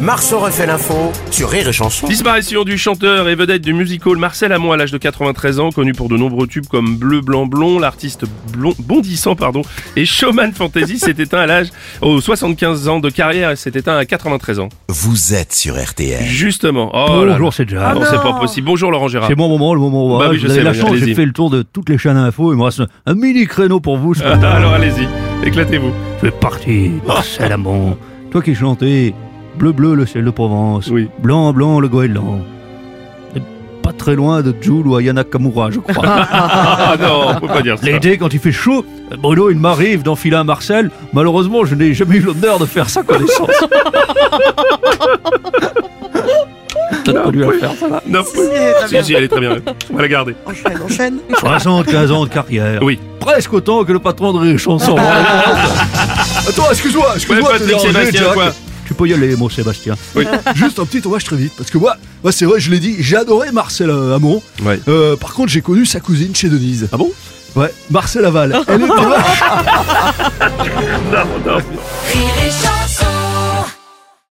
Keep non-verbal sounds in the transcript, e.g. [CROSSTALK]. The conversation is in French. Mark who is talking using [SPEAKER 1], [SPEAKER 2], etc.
[SPEAKER 1] Marceau refait l'info sur Rire et Chanson.
[SPEAKER 2] Disparition du chanteur et vedette du musical Marcel Amont à l'âge de 93 ans, connu pour de nombreux tubes comme Bleu Blanc Blond, l'artiste blond- bondissant pardon, et Showman [LAUGHS] Fantasy s'est éteint à l'âge aux 75 ans de carrière et s'est éteint à 93 ans.
[SPEAKER 3] Vous êtes sur RTL.
[SPEAKER 2] Justement. Oh là là.
[SPEAKER 4] Bonjour, c'est Jack.
[SPEAKER 2] Ah non, c'est pas possible. Bonjour Laurent Gérard.
[SPEAKER 4] C'est mon moment, le moment où
[SPEAKER 2] Bah
[SPEAKER 4] ah,
[SPEAKER 2] oui,
[SPEAKER 4] vous
[SPEAKER 2] je
[SPEAKER 4] avez
[SPEAKER 2] sais,
[SPEAKER 4] la
[SPEAKER 2] oui,
[SPEAKER 4] chance,
[SPEAKER 2] allez-y.
[SPEAKER 4] j'ai fait le tour de toutes les chaînes à info, il me reste un mini créneau pour vous. ce
[SPEAKER 2] Ah,
[SPEAKER 4] matin.
[SPEAKER 2] [LAUGHS] Alors allez-y, éclatez-vous.
[SPEAKER 4] Je vais partir, Oh, Marcel Amont. Toi qui chantais Bleu bleu le ciel de Provence,
[SPEAKER 2] Oui.
[SPEAKER 4] Blanc blanc le goéland. Et Pas très loin de Jules ou Ayana Kamura,
[SPEAKER 2] [LAUGHS]
[SPEAKER 4] je crois.
[SPEAKER 2] Ah non, faut pas dire ça.
[SPEAKER 4] L'été, quand il fait chaud, Bruno, il m'arrive d'enfiler un Marcel. Malheureusement, je n'ai jamais eu l'honneur de faire sa connaissance.
[SPEAKER 2] [LAUGHS]
[SPEAKER 4] Peut-être pas dû la faire.
[SPEAKER 2] Non. Si, si, elle est très bien. On va la garder.
[SPEAKER 4] 75 ans de carrière.
[SPEAKER 2] Oui.
[SPEAKER 4] Presque autant que le patron de Rire
[SPEAKER 2] [LAUGHS]
[SPEAKER 4] et Chanson. Attends, excuse-moi,
[SPEAKER 2] Ouais,
[SPEAKER 4] excuse-moi, de te
[SPEAKER 2] Patrick
[SPEAKER 4] déranger,
[SPEAKER 2] Sébastien,
[SPEAKER 4] Jack.
[SPEAKER 2] quoi.
[SPEAKER 4] Tu peux y aller, mon Sébastien. Euh,
[SPEAKER 2] Oui.
[SPEAKER 4] Juste un petit hommage très vite, parce que moi, moi, c'est vrai, je l'ai dit, j'ai adoré Marcel euh, Hamon.
[SPEAKER 2] Ouais.
[SPEAKER 4] Euh, par contre, j'ai connu sa cousine chez Denise. Ah bon Ouais,
[SPEAKER 2] [LAUGHS]
[SPEAKER 4] Marcel Aval. Elle est
[SPEAKER 5] Rire et chanson.